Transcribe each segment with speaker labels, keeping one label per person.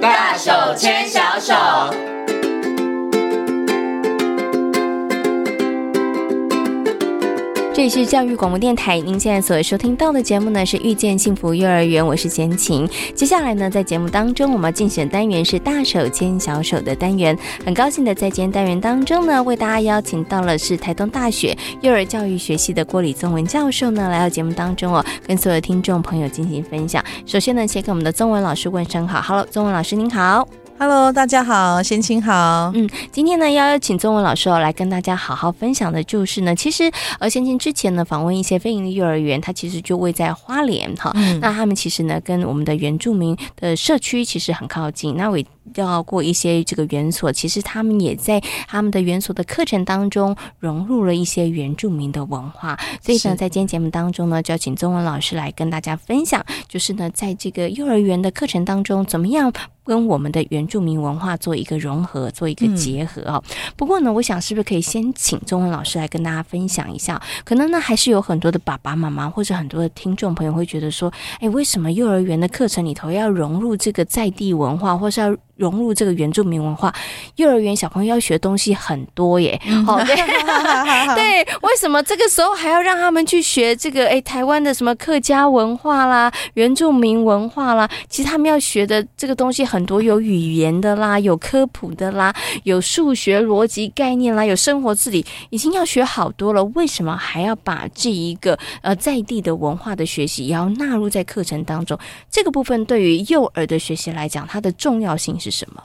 Speaker 1: 大手牵小手。
Speaker 2: 这里是教育广播电台，您现在所收听到的节目呢是《遇见幸福幼儿园》，我是贤琴。接下来呢，在节目当中，我们要竞选单元是“大手牵小手”的单元。很高兴的在今天单元当中呢，为大家邀请到了是台东大学幼儿教育学系的郭李宗文教授呢，来到节目当中哦，跟所有听众朋友进行分享。首先呢，先给我们的宗文老师问声好，Hello，宗文老师您好。
Speaker 3: Hello，大家好，先青好。
Speaker 2: 今天呢，要邀请中文老师哦来跟大家好好分享的就是呢，其实呃，先前之前呢访问一些非营利幼儿园，它其实就位在花莲哈，
Speaker 3: 嗯
Speaker 2: 那他们其实呢跟我们的原住民的社区其实很靠近。那我也要过一些这个园所，其实他们也在他们的园所的课程当中融入了一些原住民的文化。所以呢，
Speaker 3: 是
Speaker 2: 在今天节目当中呢，就要请中文老师来跟大家分享，就是呢，在这个幼儿园的课程当中，怎么样跟我们的原住民文化做一个融合，做一个
Speaker 3: 嗯
Speaker 2: 结合哦。不过呢，我想是不是可以先请中文老师来跟大家分享一下？可能呢，还是有很多的爸爸妈妈或者很多的听众朋友会觉得说，哎，为什么幼儿园的课程里头要融入这个在地文化，或是要融入这个原住民文化？幼儿园小朋友要学东西很多耶，好、对。
Speaker 3: 啊
Speaker 2: 对，为什么这个时候还要让他们去学这个？哎，台湾的什么客家文化啦、原住民文化啦，其实他们要学的这个东西很多，有语言的啦，有科普的啦，有数学逻辑概念啦，有生活自理，已经要学好多了。为什么还要把这一个呃在地的文化的学习也要纳入在课程当中？这个部分对于幼儿的学习来讲，它的重要性是什么？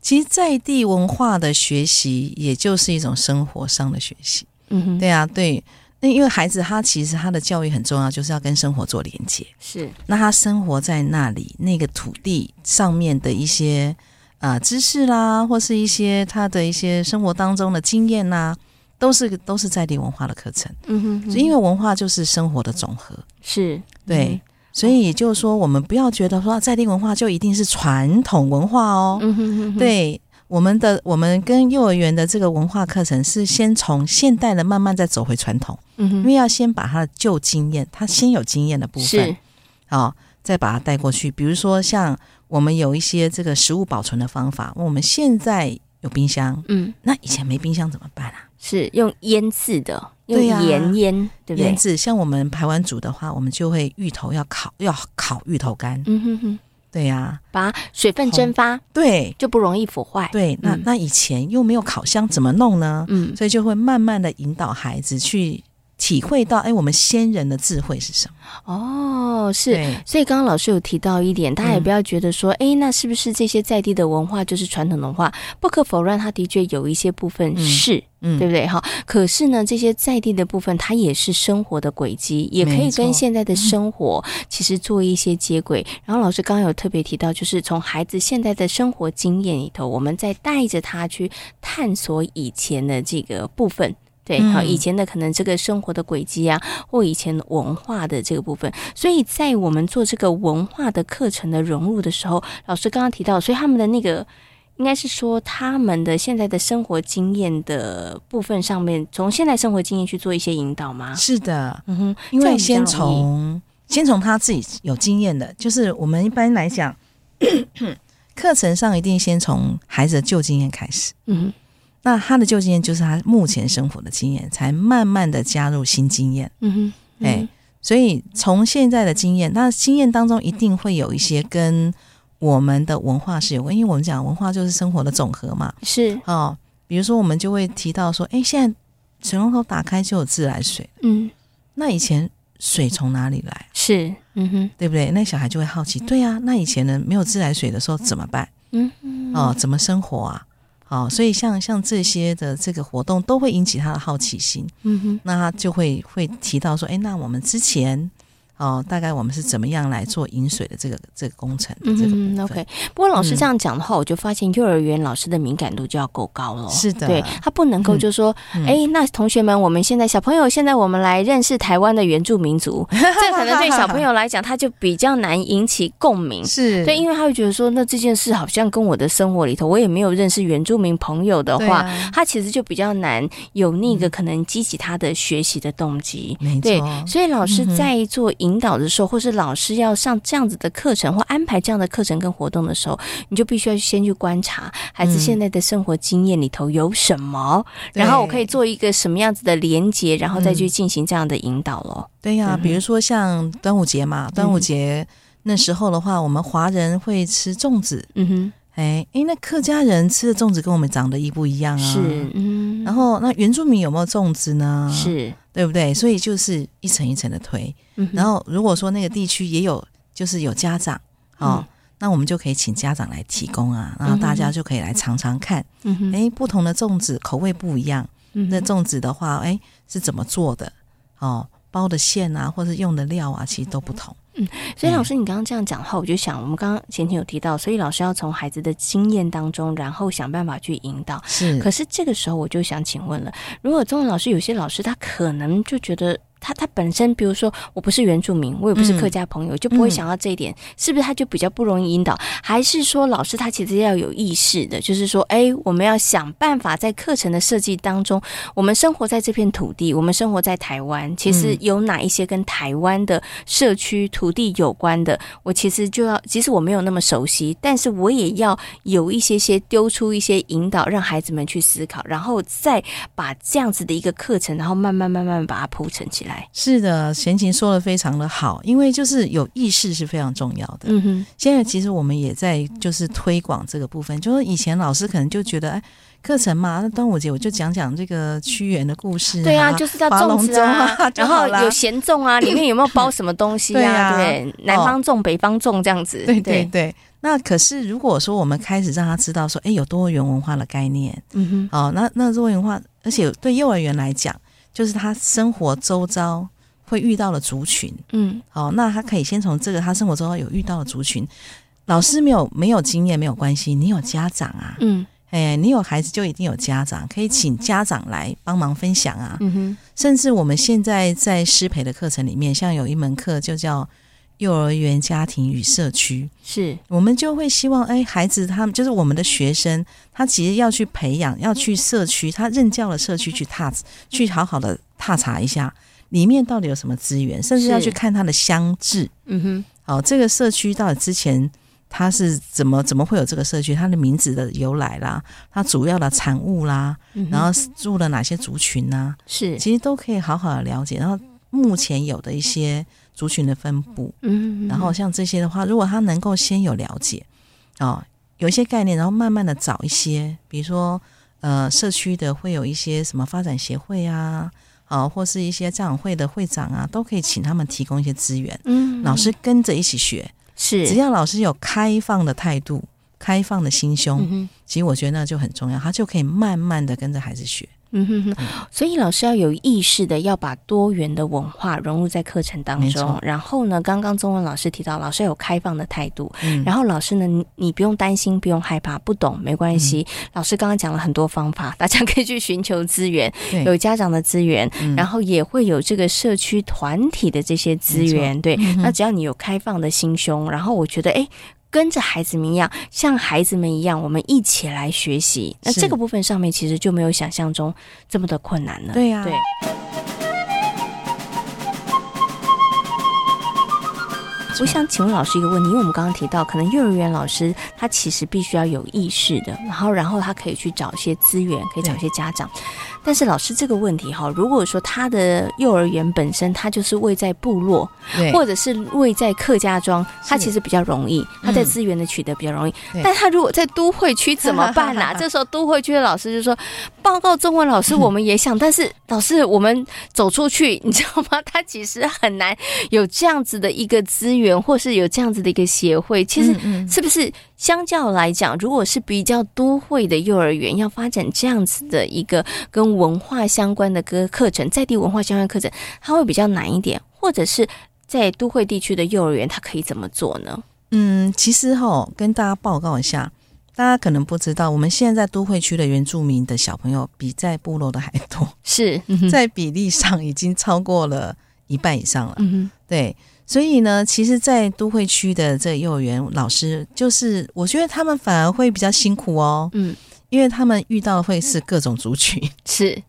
Speaker 3: 其实在地文化的学习，也就是一种生活上的学习。
Speaker 2: 嗯哼，，
Speaker 3: 对啊，对。那因为孩子他其实他的教育很重要，就是要跟生活做连接。
Speaker 2: 是，
Speaker 3: 那他生活在那里那个土地上面的一些呃知识啦，或是一些他的一些生活当中的经验啦，都是都是在地文化的课程。
Speaker 2: 嗯哼
Speaker 3: 因为文化就是生活的总和。
Speaker 2: 是嗯
Speaker 3: 对，，所以也就是说，我们不要觉得说在地文化就一定是传统文化哦。
Speaker 2: 嗯哼嗯哼，
Speaker 3: 对，我们的我们跟幼儿园的这个文化课程是先从现代的慢慢再走回传统，
Speaker 2: 嗯
Speaker 3: 因
Speaker 2: 哼，
Speaker 3: 为要先把他的旧经验，他先有经验的部分
Speaker 2: 是，
Speaker 3: 啊、哦，再把它带过去。比如说像我们有一些这个食物保存的方法，我们现在有冰箱，
Speaker 2: 嗯，
Speaker 3: 那以前没冰箱怎么办啊？
Speaker 2: 是用腌制的，用
Speaker 3: 对呀
Speaker 2: 盐腌，对不
Speaker 3: 腌
Speaker 2: 对？
Speaker 3: 制，像我们排完煮的话，我们就会芋头要烤，要烤芋头干。
Speaker 2: 嗯哼哼，
Speaker 3: 对呀、
Speaker 2: 把水分蒸发
Speaker 3: 对，
Speaker 2: 就不容易腐坏。，
Speaker 3: 对，那、
Speaker 2: 嗯
Speaker 3: 那以前又没有烤箱，怎么弄呢？
Speaker 2: 嗯，
Speaker 3: 所以就会慢慢的引导孩子去体会到，哎，我们先人的智慧是什么？
Speaker 2: 哦，是。
Speaker 3: 对，嗯
Speaker 2: 所以刚刚老师有提到一点，大家也不要觉得说，诶，那是不是这些在地的文化就是传统文化？不可否认，它的确有一些部分
Speaker 3: 嗯
Speaker 2: 是，对
Speaker 3: 嗯，
Speaker 2: 不对？哈，可是呢，这些在地的部分，它也是生活的轨迹，也可以
Speaker 3: 没错
Speaker 2: 跟现在的生活其实做一些接轨。然后老师刚刚有特别提到，就是从孩子现在的生活经验里头，我们再带着他去探索以前的这个部分。对，
Speaker 3: 嗯
Speaker 2: 好，以前的可能这个生活的轨迹啊，或以前文化的这个部分，所以在我们做这个文化的课程的融入的时候，老师刚刚提到，所以他们的那个应该是说他们的现在的生活经验的部分上面，从现在生活经验去做一些引导吗？
Speaker 3: 是的，
Speaker 2: 嗯哼，
Speaker 3: 因
Speaker 2: 这样
Speaker 3: 为
Speaker 2: 比较
Speaker 3: 先
Speaker 2: 容易
Speaker 3: 从先从他自己有经验的，就是我们一般来讲，课程上一定先从孩子的旧经验开始。
Speaker 2: 嗯哼
Speaker 3: 那他的旧经验就是他目前生活的经验，才慢慢的加入新经验。
Speaker 2: 嗯哼，
Speaker 3: 哎、
Speaker 2: 嗯
Speaker 3: 所以从现在的经验，那经验当中一定会有一些跟我们的文化是有关，因为我们讲文化就是生活的总和嘛。
Speaker 2: 哼是
Speaker 3: 哦，比如说我们就会提到说，哎，现在水龙头打开就有自来水，
Speaker 2: 嗯
Speaker 3: 那以前水从哪里来，
Speaker 2: 是嗯哼
Speaker 3: 对不对？那小孩就会好奇，对啊，那以前呢没有自来水的时候怎么办？
Speaker 2: 嗯哼
Speaker 3: 哦，怎么生活啊？哦，所以像像这些的这个活动都会引起他的好奇心。
Speaker 2: 嗯哼
Speaker 3: 那他就会会提到说，哎，那我们之前哦，大概我们是怎么样来做饮水的这个这个工程的
Speaker 2: 嗯
Speaker 3: 这个
Speaker 2: 哼
Speaker 3: 部分
Speaker 2: OK，不过老师
Speaker 3: 嗯
Speaker 2: 这样讲的话，我就发现幼儿园老师的敏感度就要够高了。
Speaker 3: 是的
Speaker 2: 对他不能够就说，
Speaker 3: 嗯
Speaker 2: 哎、那同学们，我们现在小朋友，现在我们来认识台湾的原住民族， 这可能对 小朋友来讲，他就比较难引起共鸣。
Speaker 3: 是
Speaker 2: 对，因为他会觉得说，那这件事好像跟我的生活里头，我也没有认识原住民朋友的
Speaker 3: 对
Speaker 2: 话，
Speaker 3: 啊嗯
Speaker 2: 他其实就比较难有那个可能激起他的学习的动机。
Speaker 3: 没
Speaker 2: 对
Speaker 3: 错，
Speaker 2: 所以老师
Speaker 3: 嗯哼
Speaker 2: 在做引引导的时候，或是老师要上这样子的课程或安排这样的课程跟活动的时候，你就必须要先去观察孩
Speaker 3: 嗯
Speaker 2: 子现在的生活经验里头有什么，
Speaker 3: 对嗯
Speaker 2: 然后我可以做一个什么样子的连接，然后再去进行这样的引导咯。
Speaker 3: 对呀、
Speaker 2: 嗯
Speaker 3: 比如说像端午节嘛，端午节那时候的话，我们华人会吃粽子，
Speaker 2: 嗯哼，
Speaker 3: 哎哎，那客家人吃的粽子跟我们长得一不一样啊？
Speaker 2: 是，。嗯，
Speaker 3: 然后那原住民有没有粽子呢？，
Speaker 2: 是，
Speaker 3: 对不对？所以就是一层一层的推。
Speaker 2: 嗯哼
Speaker 3: 然后如果说那个地区也有，就是有家长
Speaker 2: 嗯
Speaker 3: 哦。那我们就可以请家长来提供啊，然后大家就可以来尝尝看，
Speaker 2: 嗯哼，
Speaker 3: 哎、不同的粽子口味不一样，
Speaker 2: 嗯哼
Speaker 3: 那粽子的话，哎，是怎么做的？哦，包的馅啊，或是用的料啊，其实都不同。
Speaker 2: 所以老师，你刚刚这样讲的话，我就想，我们刚刚前天有提到，所以老师要从孩子的经验当中，然后想办法去引导。
Speaker 3: 是
Speaker 2: 可是这个时候，我就想请问了，如果中文老师有些老师他可能就觉得他他本身，比如说我不是原住民，我也不是
Speaker 3: 嗯
Speaker 2: 客家朋友，就不会
Speaker 3: 嗯
Speaker 2: 想到这一点，是不是他就比较不容易引导？还是说老师他其实要有意识的，就是说，哎，我们要想办法在课程的设计当中，我们生活在这片土地，我们生活在台湾，其实
Speaker 3: 嗯
Speaker 2: 有哪一些跟台湾的社区土地有关的，我其实就要，即使我没有那么熟悉，但是我也要有一些些丢出一些引导，让孩子们去思考，然后再把这样子的一个课程，然后慢慢慢慢把它铺陈起来。
Speaker 3: 是的，贤琴说的非常的好，因为就是有意识是非常重要的。
Speaker 2: 嗯哼，
Speaker 3: 现在其实我们也在就是推广这个部分，就是以前老师可能就觉得，哎，课程嘛，那端午节我就讲讲这个屈原的故事、
Speaker 2: 对啊，就是要
Speaker 3: 嗯划
Speaker 2: 粽
Speaker 3: 龙
Speaker 2: 子啊，
Speaker 3: 舟啊就
Speaker 2: 然
Speaker 3: 好
Speaker 2: 后
Speaker 3: 啦
Speaker 2: 有咸粽 啊，里面有没有包什么东西
Speaker 3: 对
Speaker 2: 啊？
Speaker 3: 啊
Speaker 2: 对不对，南方粽、北方粽这样子。
Speaker 3: 对对对。那可是如果说我们开始让他知道说，哎，有多元文化的概念，
Speaker 2: 嗯哼。
Speaker 3: 哦，那那多元文化，而且对幼儿园来讲，就是他生活周遭会遇到的族群，
Speaker 2: 嗯
Speaker 3: 哦，那他可以先从这个他生活周遭有遇到的族群，老师没有没有经验没有关系，你有家长啊，
Speaker 2: 嗯
Speaker 3: 哎，你有孩子就一定有家长，可以请家长来帮忙分享啊。
Speaker 2: 嗯哼，
Speaker 3: 甚至我们现在在师培的课程里面，像有一门课就叫幼儿园家庭与社区，
Speaker 2: 是
Speaker 3: 我们就会希望，哎，孩子他们就是我们的学生，他其实要去培养，要去社区，他任教的社区去踏去好好的踏查一下里面到底有什么资源，甚至要
Speaker 2: 是
Speaker 3: 去看他的乡志。
Speaker 2: 嗯哼，
Speaker 3: 哦，这个社区到底之前它是怎么怎么会有这个社区？它的名字的由来啦，它主要的产物啦，
Speaker 2: 嗯哼
Speaker 3: 然后住了哪些族群呐、
Speaker 2: 是
Speaker 3: 其实都可以好好的了解。然后目前有的一些族群的分布，
Speaker 2: 嗯哼
Speaker 3: 然后像这些的话，如果他能够先有了解，哦，有一些概念，然后慢慢的找一些，比如说呃，社区的会有一些什么发展协会啊，啊、或是一些家长会的会长啊，都可以请他们提供一些资源，
Speaker 2: 嗯
Speaker 3: 老师跟着一起学。
Speaker 2: 是
Speaker 3: 只要老师有开放的态度、开放的心胸，
Speaker 2: 嗯哼
Speaker 3: 其实我觉得那就很重要，他就可以慢慢的跟着孩子学。
Speaker 2: 嗯哼哼，所以老师要有意识的要把多元的文化融入在课程当
Speaker 3: 没
Speaker 2: 中
Speaker 3: 错。
Speaker 2: 然后呢，刚刚中文老师提到，老师要有开放的态度。
Speaker 3: 嗯
Speaker 2: 然后老师呢，你你不用担心，不用害怕，不懂没关系。
Speaker 3: 嗯
Speaker 2: 老师刚刚讲了很多方法， 大家可以去寻求资源，
Speaker 3: 对
Speaker 2: 有家长的资源，
Speaker 3: 嗯
Speaker 2: 然后也会有这个社区团体的这些资源。对，
Speaker 3: 嗯
Speaker 2: 那只要你有开放的心胸，然后我觉得，哎。跟着孩子们一样，像孩子们一样，我们一起来学习。那
Speaker 3: 是
Speaker 2: 这个部分上面其实就没有想象中这么的困难了。
Speaker 3: 对呀、啊
Speaker 2: 对，我想请问老师一个问题，因为我们刚刚提到，可能幼儿园老师他其实必须要有意识的，然后然后他可以去找一些资源，可以找一些家长。但是老师这个问题哈，如果说他的幼儿园本身他就是位在部落，
Speaker 3: 对
Speaker 2: 或者是位在客家庄，他
Speaker 3: 是
Speaker 2: 其实比较容易，他在
Speaker 3: 嗯
Speaker 2: 资源的取得比较容易。
Speaker 3: 对
Speaker 2: 但他如果在都会区 怎么办呢、这时候都会区的老师就说：“报告中文老师，我们也想，但是老师我们走出去，你知道吗？他其实很难有这样子的一个资源，或是有这样子的一个协会。其实
Speaker 3: 嗯嗯
Speaker 2: 是不是相较来讲，如果是比较都会的幼儿园，要发展这样子的一个跟文化相关的歌课程，在地文化相关的课程，它会比较难一点，或者是在都会地区的幼儿园，它可以怎么做呢？
Speaker 3: 嗯其实哈、跟大家报告一下。大家可能不知道，我们现在在都会区的原住民的小朋友比在部落的还多，
Speaker 2: 是，嗯哼
Speaker 3: 在比例上已经超过了一半以上了。
Speaker 2: 嗯哼，
Speaker 3: 对，所以呢，其实，在都会区的这个幼儿园老师，就是我觉得他们反而会比较辛苦哦。
Speaker 2: 嗯，
Speaker 3: 因为他们遇到会是各种族群，
Speaker 2: 是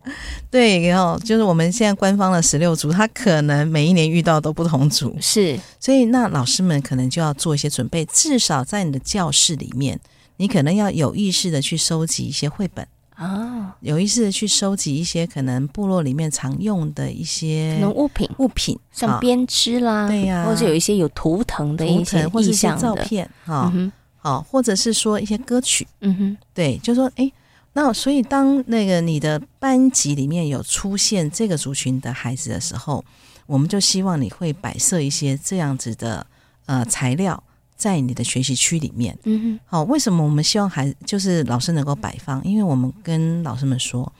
Speaker 3: 对，然后就是我们现在官方的十六组，他可能每一年遇到都不同组，
Speaker 2: 是，
Speaker 3: 所以那老师们可能就要做一些准备，至少在你的教室里面，你可能要有意识的去收集一些绘本，
Speaker 2: 哦，
Speaker 3: 有意识的去收集一些可能部落里面常用的一
Speaker 2: 可能
Speaker 3: 些
Speaker 2: 物品
Speaker 3: 物品，
Speaker 2: 像
Speaker 3: 啊
Speaker 2: 编织啦，
Speaker 3: 对呀
Speaker 2: 或者有一些有图腾的
Speaker 3: 图
Speaker 2: 一些
Speaker 3: 腾或者
Speaker 2: 意
Speaker 3: 一些
Speaker 2: 象
Speaker 3: 照
Speaker 2: 的，
Speaker 3: 片
Speaker 2: 嗯
Speaker 3: 哈，
Speaker 2: 哼，
Speaker 3: 好、或者是说一些歌曲，
Speaker 2: 嗯哼，
Speaker 3: 对，就说诶，那所以当那个你的班级里面有出现这个族群的孩子的时候，我们就希望你会摆设一些这样子的呃材料在你的学习区里面。
Speaker 2: 嗯哼，
Speaker 3: 好、为什么我们希望孩就是老师能够摆放？因为我们跟老师们说，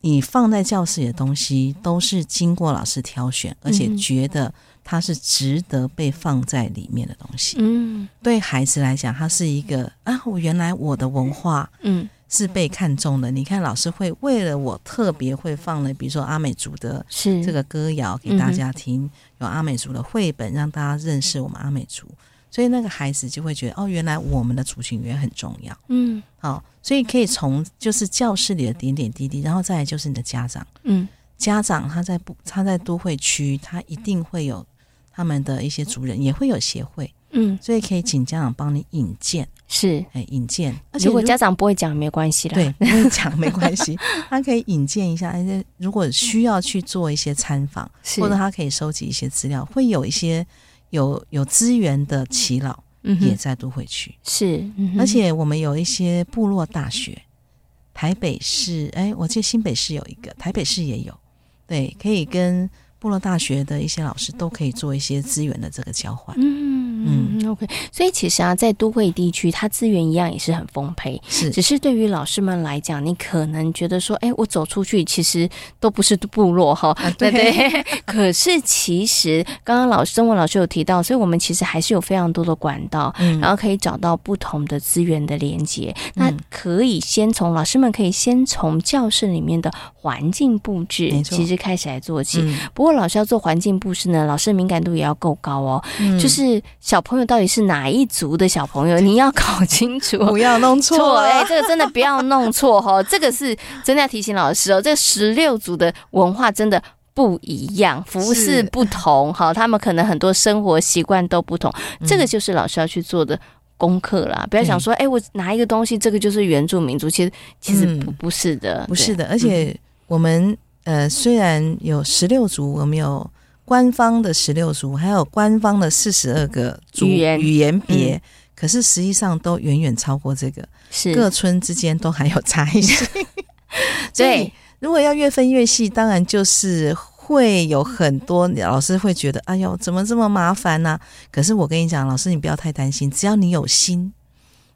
Speaker 3: 你放在教室里的东西都是经过老师挑选，而且
Speaker 2: 嗯
Speaker 3: 觉得它是值得被放在里面的东西。
Speaker 2: 嗯
Speaker 3: 对孩子来讲，它是一个啊，我原来我的文化
Speaker 2: 嗯，
Speaker 3: 是被看中的。你看，老师会为了我特别会放了，比如说阿美族的
Speaker 2: 是
Speaker 3: 这，个歌谣给大家听，有阿美族的绘本让大家认识我们阿美族，所以那个孩子就会觉得哦，原来我们的族群也很重要。
Speaker 2: 嗯
Speaker 3: 好、所以可以从就是教室里的点点滴滴，然后再来就是你的家长，
Speaker 2: 嗯
Speaker 3: 家长他在不他在都会区，他一定会有他们的一些族人，也会有协会，
Speaker 2: 嗯，
Speaker 3: 所以可以请家长帮你引荐，
Speaker 2: 是。
Speaker 3: 哎，引荐。而且
Speaker 2: 如果家长不会讲，也没关系啦。
Speaker 3: 对，不会讲没关系， 他可以引荐一下。而且如果需要去做一些参访，
Speaker 2: 是，
Speaker 3: 或者他可以收集一些资料，会有一些有有资源的耆老
Speaker 2: 嗯
Speaker 3: 也
Speaker 2: 哼，
Speaker 3: 在都会区。
Speaker 2: 是，嗯哼
Speaker 3: 而且我们有一些部落大学，台北市，
Speaker 2: 嗯
Speaker 3: 哎，我记得新北市有一个，台北市也有，对，可以跟部落大学的一些老师都可以做一些资源的这个交换。
Speaker 2: 嗯嗯，OK。所以其实啊，在都会地区，它资源一样也是很丰沛。
Speaker 3: 是
Speaker 2: 只是对于老师们来讲，你可能觉得说，哎，我走出去其实都不是部落哈，呃 对对。 可是其实刚刚老师中文老师有提到，所以我们其实还是有非常多的管道，
Speaker 3: 嗯
Speaker 2: 然后可以找到不同的资源的连接。那可以先从老师们可以先从教室里面的环境布置，
Speaker 3: 没错
Speaker 2: 其实开始来做起。
Speaker 3: 嗯
Speaker 2: 不过老师要做环境布施呢，老师的敏感度也要够高哦。
Speaker 3: 嗯
Speaker 2: 就是小朋友到底是哪一族的小 朋友，你要搞清楚。哦
Speaker 3: 不要弄嗯错
Speaker 2: 哎、
Speaker 3: 了，
Speaker 2: 这个真的不要弄错哦，这个是真的要提醒老师哦，这十六族的文化真的。不一样，服饰
Speaker 3: 是
Speaker 2: 不同，好，他们可能很多生活习惯都不同，
Speaker 3: 嗯
Speaker 2: 这个就是老师要去做的功课啦。不要想说，哎、我拿一个东西，这个就是原住民族，其实其实
Speaker 3: 嗯
Speaker 2: 不、不是的，
Speaker 3: 不是的，
Speaker 2: 对，嗯
Speaker 3: 而且我们呃虽然有十六族，我们有官方的十六族，还有官方的四十二个族
Speaker 2: 语言嗯
Speaker 3: 语言别，可是实际上都远远超过这个，
Speaker 2: 是
Speaker 3: 各村之间都还有差异 性。所以
Speaker 2: 对
Speaker 3: 如果要越分越细，当然就是。会有很多老师会觉得，哎呦，怎么这么麻烦呢、可是我跟你讲，老师你不要太担心，只要你有心，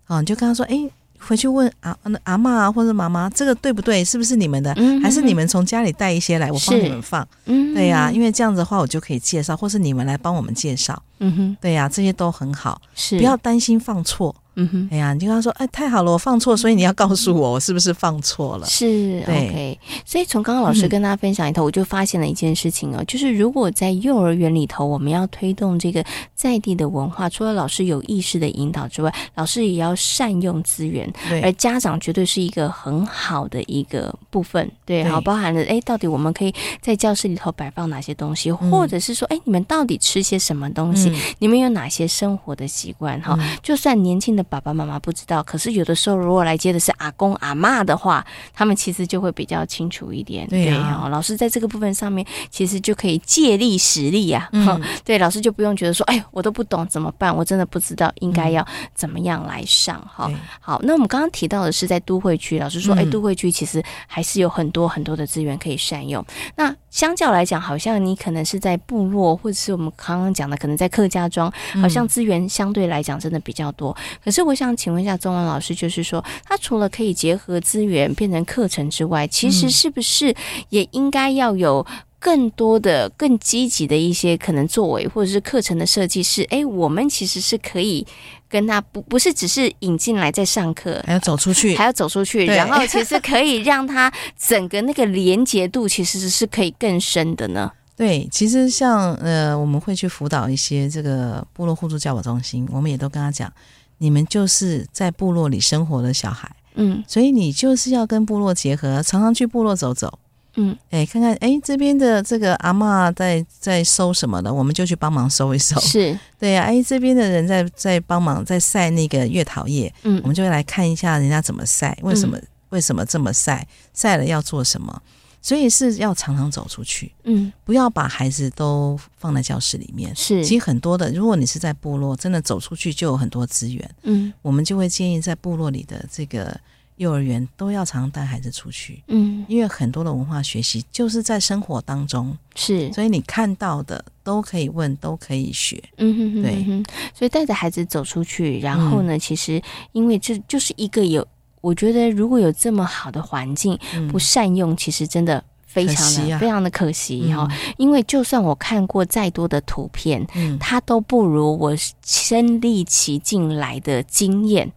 Speaker 3: 哦，你就跟他说，哎，回去问阿那阿妈啊或者妈妈，这个对不对？是不是你们的？
Speaker 2: 嗯
Speaker 3: 还是你们从家里带一些来，我帮
Speaker 2: 是
Speaker 3: 你们放？
Speaker 2: 嗯
Speaker 3: 对呀、因为这样子的话，我就可以介绍，或是你们来帮我们介绍。
Speaker 2: 嗯哼，
Speaker 3: 对呀、这些都很好，
Speaker 2: 是
Speaker 3: 不要，担心放错。
Speaker 2: 嗯哼。
Speaker 3: 哎呀，你就跟他说，哎，太好了，我放错，所以你要告诉我，我是不是放错了？
Speaker 2: 是
Speaker 3: 对
Speaker 2: OK，所以从刚刚老师
Speaker 3: 嗯
Speaker 2: 跟大家分享里头，我就发现了一件事情哦，就是如果在幼儿园里头，我们要推动这个在地的文化，除了老师有意识的引导之外，老师也要善用资源，而
Speaker 3: 对，
Speaker 2: 家长绝对是一个很好的一个部分，对，
Speaker 3: 对
Speaker 2: 好包含了诶，到底我们可以在教室里头摆放哪些东西，
Speaker 3: 嗯
Speaker 2: 或者是说，诶，哎你们到底吃些什么东西？你们有哪些生活的习惯？哈、
Speaker 3: 嗯
Speaker 2: 就算年轻的爸爸妈妈不知道，可是有的时候如果来接的是阿公阿嬷的话，他们其实就会比较清楚一点。
Speaker 3: 对啊
Speaker 2: 哦老师在这个部分上面其实就可以借力使力呀、啊。哈
Speaker 3: 嗯，
Speaker 2: 对，老师就不用觉得说，哎，我都不懂怎么办，我真的不知道应
Speaker 3: 嗯
Speaker 2: 该要怎么样来上哈。
Speaker 3: 对
Speaker 2: 好，那我们刚刚提到的是在都会区，老师说，
Speaker 3: 嗯
Speaker 2: 哎，都会区其实还是有很多很多的资源可以善用。那相较来讲，好像你可能是在部落，或者是我们刚刚讲的，可能在客家庄，
Speaker 3: 嗯
Speaker 2: 好像资源相对来讲真的比较多。可是我想请问一下中文老师，就是说，他除了可以结合资源变成课程之外，其实
Speaker 3: 嗯
Speaker 2: 是不是也应该要有？更多的、更积极的一些可能作为，或者是课程的设计是，哎，我们其实是可以跟他不不是只是引进来在上课，
Speaker 3: 还要走出去
Speaker 2: 还，要走出去，
Speaker 3: 对
Speaker 2: 然后其实可以让他整个那个连结度其实是可以更深的呢。
Speaker 3: 对，其实像呃，我们会去辅导一些这个部落互助教保中心，我们也都跟他讲，你们就是在部落里生活的小孩，
Speaker 2: 嗯
Speaker 3: 所以你就是要跟部落结合，常常去部落走走，
Speaker 2: 嗯，
Speaker 3: 哎，看看哎这边的这个阿嬷在在收什么的，我们就去帮忙收一收。
Speaker 2: 是，
Speaker 3: 对呀、哎这边的人在在帮忙在晒那个月桃叶，
Speaker 2: 嗯
Speaker 3: 我们就会来看一下人家怎么晒，为什么、为什么这么晒，晒了要做什么，所以是要常常走出去，
Speaker 2: 嗯
Speaker 3: 不要把孩子都放在教室里面。
Speaker 2: 是，
Speaker 3: 其实很多的，如果你是在部落，真的走出去就有很多资源。
Speaker 2: 嗯
Speaker 3: 我们就会建议在部落里的这个幼儿园都要常带孩子出去，
Speaker 2: 嗯
Speaker 3: 因为很多的文化学习就是在生活当中，
Speaker 2: 是，
Speaker 3: 所以你看到的都可以问，都可以学。
Speaker 2: 嗯哼哼
Speaker 3: 对嗯
Speaker 2: 哼哼，所以带着孩子走出去，然后呢，其实因为这就是一个有，我觉得如果有这么好的环境，
Speaker 3: 嗯
Speaker 2: 不善用，其实真的。非常
Speaker 3: 可惜
Speaker 2: 的、
Speaker 3: 啊
Speaker 2: 非常的可惜哈、因为就算我看过再多的图片，
Speaker 3: 嗯，
Speaker 2: 它都不如我身历其境来的经验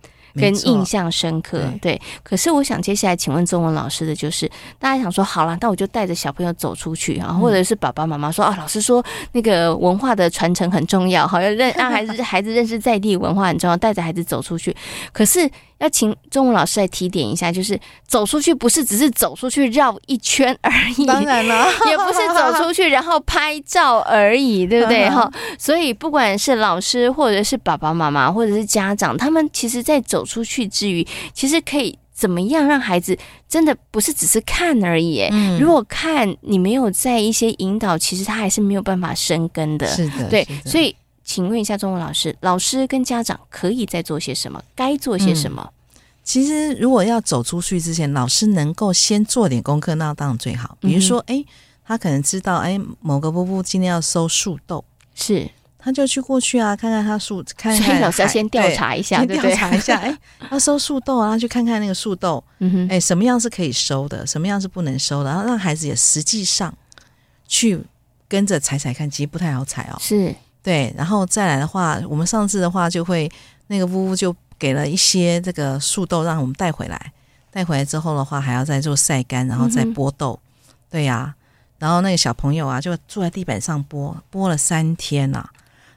Speaker 3: 没
Speaker 2: 跟
Speaker 3: 错
Speaker 2: 印象深刻。对，可是我想接下来请问中文老师的就是，大家想说好了，那我就带着小朋友走出去啊，
Speaker 3: 嗯
Speaker 2: 或者是爸爸妈妈说啊，老师说那个文化的传承很重要，好要 认让孩子孩子认识在地文化很重要，带着孩子走出去。可是要请中文老师来提点一下，就是走出去不是只是走出去绕一圈而已，
Speaker 3: 当然 了，
Speaker 2: 也不是走出去然后拍照而已，对不对？
Speaker 3: 嗯
Speaker 2: 哈、所以不管是老师或者是爸爸妈妈或者是家长，他们其实在走出去之余，其实可以怎么样让孩子真的不是只是看而已？哎
Speaker 3: 嗯
Speaker 2: 如果看你没有在一些引导，其实他还是没有办法生根的。
Speaker 3: 是的，
Speaker 2: 对
Speaker 3: 是，的
Speaker 2: 所以请问一下中文老师，老师跟家长可以在做些什么？该做些什
Speaker 3: 嗯
Speaker 2: 么？
Speaker 3: 其实如果要走出去之前，老师能够先做点功课，那当然最
Speaker 2: 嗯
Speaker 3: 好。比如说，哎、他可能知道，哎，某个波波今天要收树豆，
Speaker 2: 是，
Speaker 3: 他就去过去啊，看看他树，看
Speaker 2: 所以
Speaker 3: 看
Speaker 2: 老师要
Speaker 3: 海
Speaker 2: 先调
Speaker 3: 哎对
Speaker 2: 查一下，
Speaker 3: 先
Speaker 2: 对不对？
Speaker 3: 调查一下，哎、要收树豆啊，去看看那个树豆，
Speaker 2: 嗯哼，
Speaker 3: 哎、什么样是可以收的，什么样是不能收的，然后让孩子也实际上去跟着踩踩看，其实不太好踩哦。
Speaker 2: 是，
Speaker 3: 对，然后再来的话，我们上次的话就会那个呜呜就给了一些这个树豆，让我们带回来，带回来之后的话，还要再做晒干，然后再
Speaker 2: 嗯哼
Speaker 3: 剥豆。对呀、然后那个小朋友啊，就坐在地板上剥，剥了三天呐、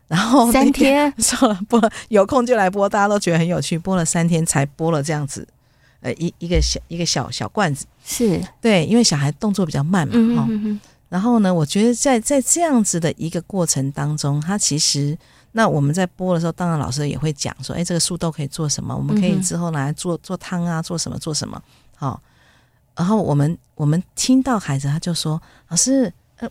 Speaker 3: 然后那
Speaker 2: 三
Speaker 3: 个
Speaker 2: 天，啊
Speaker 3: 说了播，有空就来播，大家都觉得很有趣。播了三天才播了这样子，呃，一一个小一个小小罐子。
Speaker 2: 是，
Speaker 3: 对，因为小孩动作比较慢嘛，
Speaker 2: 嗯
Speaker 3: 哈、
Speaker 2: 哼哼哼。
Speaker 3: 然后呢，我觉得在在这样子的一个过程当中，他其实那我们在播的时候，当然老师也会讲说，哎，这个树豆可以做什么？我们可
Speaker 2: 嗯
Speaker 3: 以
Speaker 2: 哼
Speaker 3: 之后拿来做做汤啊，做什么做什么。好、然后我们我们听到孩子他就说，老师，呃，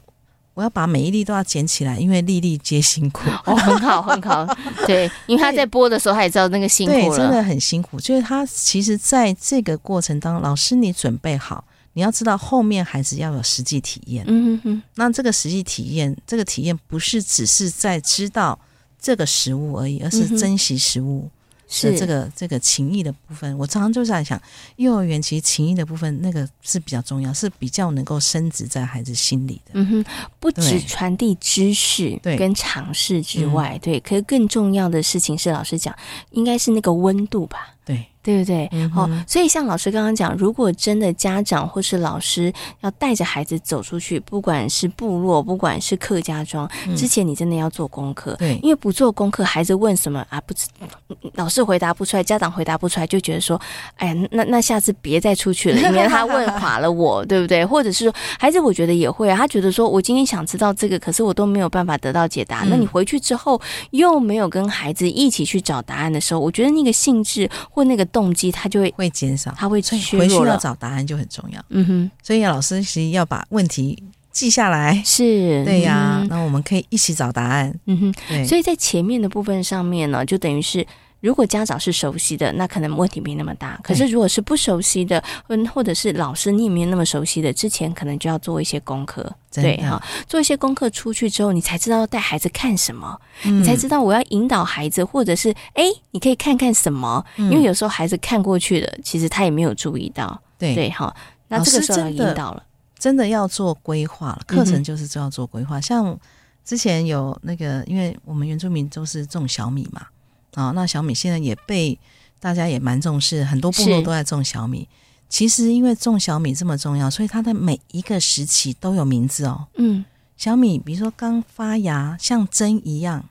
Speaker 3: 我要把每一粒都要捡起来，因为粒粒皆辛苦。
Speaker 2: 哦，很好，很好， 对，因为他在播的时候，他也知道那个辛苦
Speaker 3: 对，真
Speaker 2: 了，
Speaker 3: 的很辛苦。就是他其实在这个过程当中，老师你准备好，你要知道后面孩子要有实际体验。
Speaker 2: 嗯哼哼，
Speaker 3: 那这个实际体验，这个体验不是只是在知道这个食物而已，而
Speaker 2: 嗯哼
Speaker 3: 是珍惜食物的
Speaker 2: 是
Speaker 3: 这个、这个情谊的部分。我常常就在想，幼儿园其实情谊的部分那个是比较重要，是比较能够深植在孩子心里的。
Speaker 2: 嗯哼，不只
Speaker 3: 对
Speaker 2: 传递知识
Speaker 3: 对
Speaker 2: 跟尝试之外，对，可是更重要的事情是，老师讲，应该是那个温度吧。
Speaker 3: 对，
Speaker 2: 对不对？
Speaker 3: 嗯
Speaker 2: 哦
Speaker 3: 哼，
Speaker 2: 所以像老师刚刚讲，如果真的家长或是老师要带着孩子走出去，不管是部落，不管是客家庄，之前你真的要做功课，
Speaker 3: 嗯对
Speaker 2: 因为不做功课，孩子问什么啊，不知老师回答不出来，家长回答不出来，就觉得说，哎呀，那那下次别再出去了，以免他问垮了我，对不对？或者是说，孩子我觉得也会啊，他觉得说我今天想知道这个，可是我都没有办法得到解答，那
Speaker 3: 嗯
Speaker 2: 你回去之后又没有跟孩子一起去找答案的时候，我觉得那个兴致或那个动机，他就会
Speaker 3: 会减少。
Speaker 2: 他会
Speaker 3: 所以
Speaker 2: 削
Speaker 3: 回去
Speaker 2: 弱
Speaker 3: 要
Speaker 2: 了。
Speaker 3: 找答案就很重要。
Speaker 2: 嗯哼，
Speaker 3: 所以老师其实要把问题记下来。
Speaker 2: 是，
Speaker 3: 对呀、
Speaker 2: 嗯哼
Speaker 3: 那我们可以一起找答案。
Speaker 2: 嗯哼。
Speaker 3: 对，
Speaker 2: 所以在前面的部分上面呢，就等于是。如果家长是熟悉的，那可能问题没那么大。可
Speaker 3: 对
Speaker 2: 是如果是不熟悉的，嗯，或者是老师你也没有那么熟悉的，之前可能就要做一些功课，
Speaker 3: 真的
Speaker 2: 对哈，做一些功课出去之后，你才知道要带孩子看什么，
Speaker 3: 嗯
Speaker 2: 你才知道我要引导孩子，或者是哎，你可以看看什么，
Speaker 3: 嗯
Speaker 2: 因为有时候孩子看过去了，其实他也没有注意到，
Speaker 3: 对
Speaker 2: 对哈。那
Speaker 3: 老
Speaker 2: 这个
Speaker 3: 师
Speaker 2: 时候要
Speaker 3: 真
Speaker 2: 引
Speaker 3: 的
Speaker 2: 导了，
Speaker 3: 真的要做规划了。课
Speaker 2: 嗯哼
Speaker 3: 程就是就要做规划。像之前有那个，因为我们原住民都是种小米嘛，啊、那小米现在也被大家也蛮重视，很多部落
Speaker 2: 是
Speaker 3: 都在种小米。其实因为种小米这么重要，所以它的每一个时期都有名字哦。
Speaker 2: 嗯，
Speaker 3: 小米，比如说刚发芽，像针一样，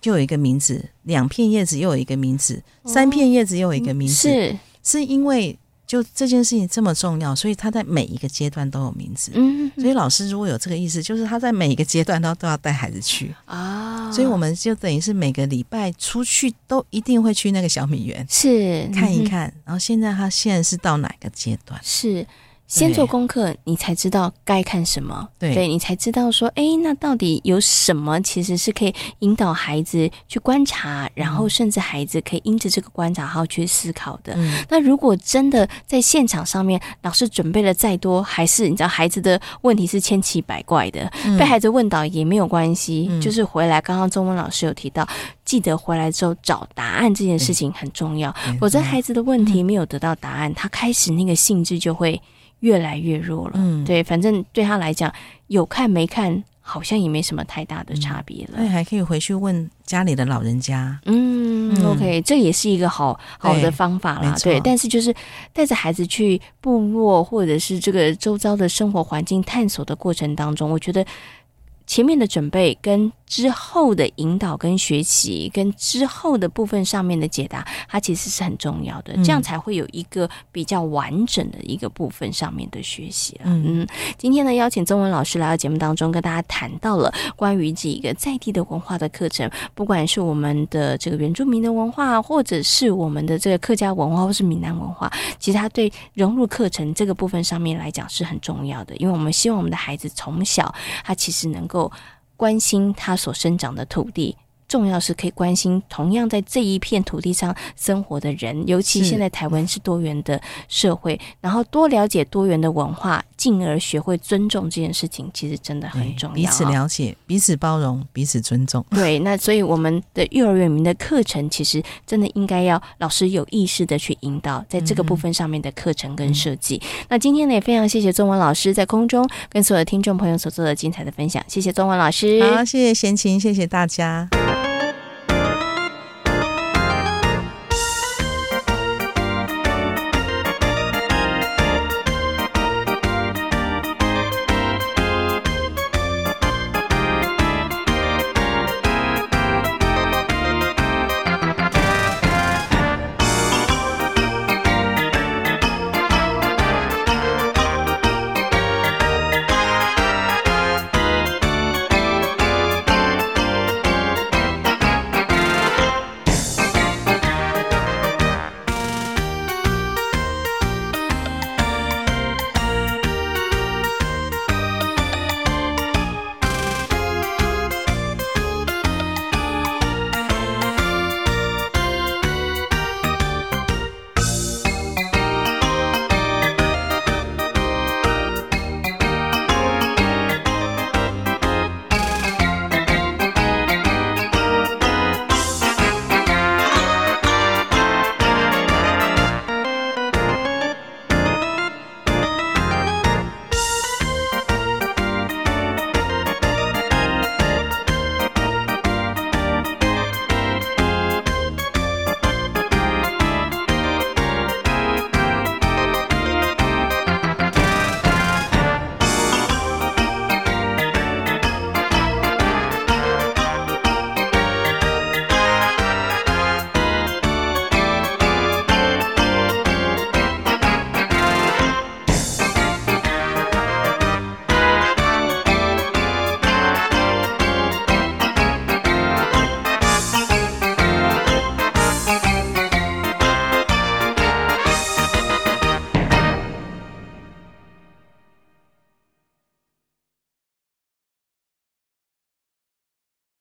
Speaker 3: 就有一个名字；两片叶子又有一个名字；三片叶子又有一个名字。
Speaker 2: 哦嗯是，
Speaker 3: 是因为就这件事情这么重要，所以他在每一个阶段都有名字。
Speaker 2: 嗯
Speaker 3: 所以老师如果有这个意思，就是他在每一个阶段都都要带孩子去，
Speaker 2: 啊
Speaker 3: 所以我们就等于是每个礼拜出去都一定会去那个小米园
Speaker 2: 是
Speaker 3: 看一
Speaker 2: 嗯哼
Speaker 3: 看。然后现在他现在是到哪个阶段？
Speaker 2: 是先
Speaker 3: 对
Speaker 2: 做功课，你才知道该看什么，
Speaker 3: 对
Speaker 2: 你才知道说，哎，那到底有什么其实是可以引导孩子去观察，然后甚至孩子可以因着这个观察，然后去思考的。
Speaker 3: 嗯，
Speaker 2: 那如果真的在现场上面，老师准备了再多，还是你知道孩子的问题是千奇百怪的，被孩子问倒也没有关系。
Speaker 3: 嗯
Speaker 2: 就是回来，刚刚中文老师有提到，记得回来之后找答案这件事情很重要。
Speaker 3: 没
Speaker 2: 否则
Speaker 3: 错
Speaker 2: 孩子的问题没有得到答案，他开始那个兴致就会越来越弱了。
Speaker 3: 嗯
Speaker 2: 对，反正对他来讲，有看没看好像也没什么太大的差别了
Speaker 3: 那。还可以回去问家里的老人家。
Speaker 2: 嗯
Speaker 3: 嗯
Speaker 2: o k 这也是一个好好的
Speaker 3: 对
Speaker 2: 方法啦
Speaker 3: 没。错
Speaker 2: 对，但是就是带着孩子去部落或者是这个周遭的生活环境探索的过程当中，我觉得前面的准备跟之后的引导跟学习跟之后的部分上面的解答，它其实是很重要的，
Speaker 3: 嗯
Speaker 2: 这样才会有一个比较完整的一个部分上面的学习啦。
Speaker 3: 嗯
Speaker 2: 嗯，今天呢，邀请中文老师来到节目当中，跟大家谈到了关于这个在地的文化的课程，不管是我们的这个原住民的文化，或者是我们的这个客家文化，或是闽南文化，其实它对融入课程这个部分上面来讲是很重要的，因为我们希望我们的孩子从小他其实能够关心他所生长的土地。重要是可以关心同样在这一片土地上生活的人，尤其
Speaker 3: 是
Speaker 2: 现在台湾是多元的社会，然后多了解多元的文化，进而学会尊重这件事情，其实真的很
Speaker 3: 对
Speaker 2: 重要啊。
Speaker 3: 彼此了解，彼此包容，彼此尊重。
Speaker 2: 对，那所以我们的幼儿园里面的课程，其实真的应该要老师有意识的去引导，在这个部
Speaker 3: 嗯
Speaker 2: 分上面的课程跟设计。那今天呢，也非常谢谢中文老师在空中跟所有听众朋友所做的精彩的分享，谢谢中文老师。
Speaker 3: 好，谢谢贤琴，谢谢大家。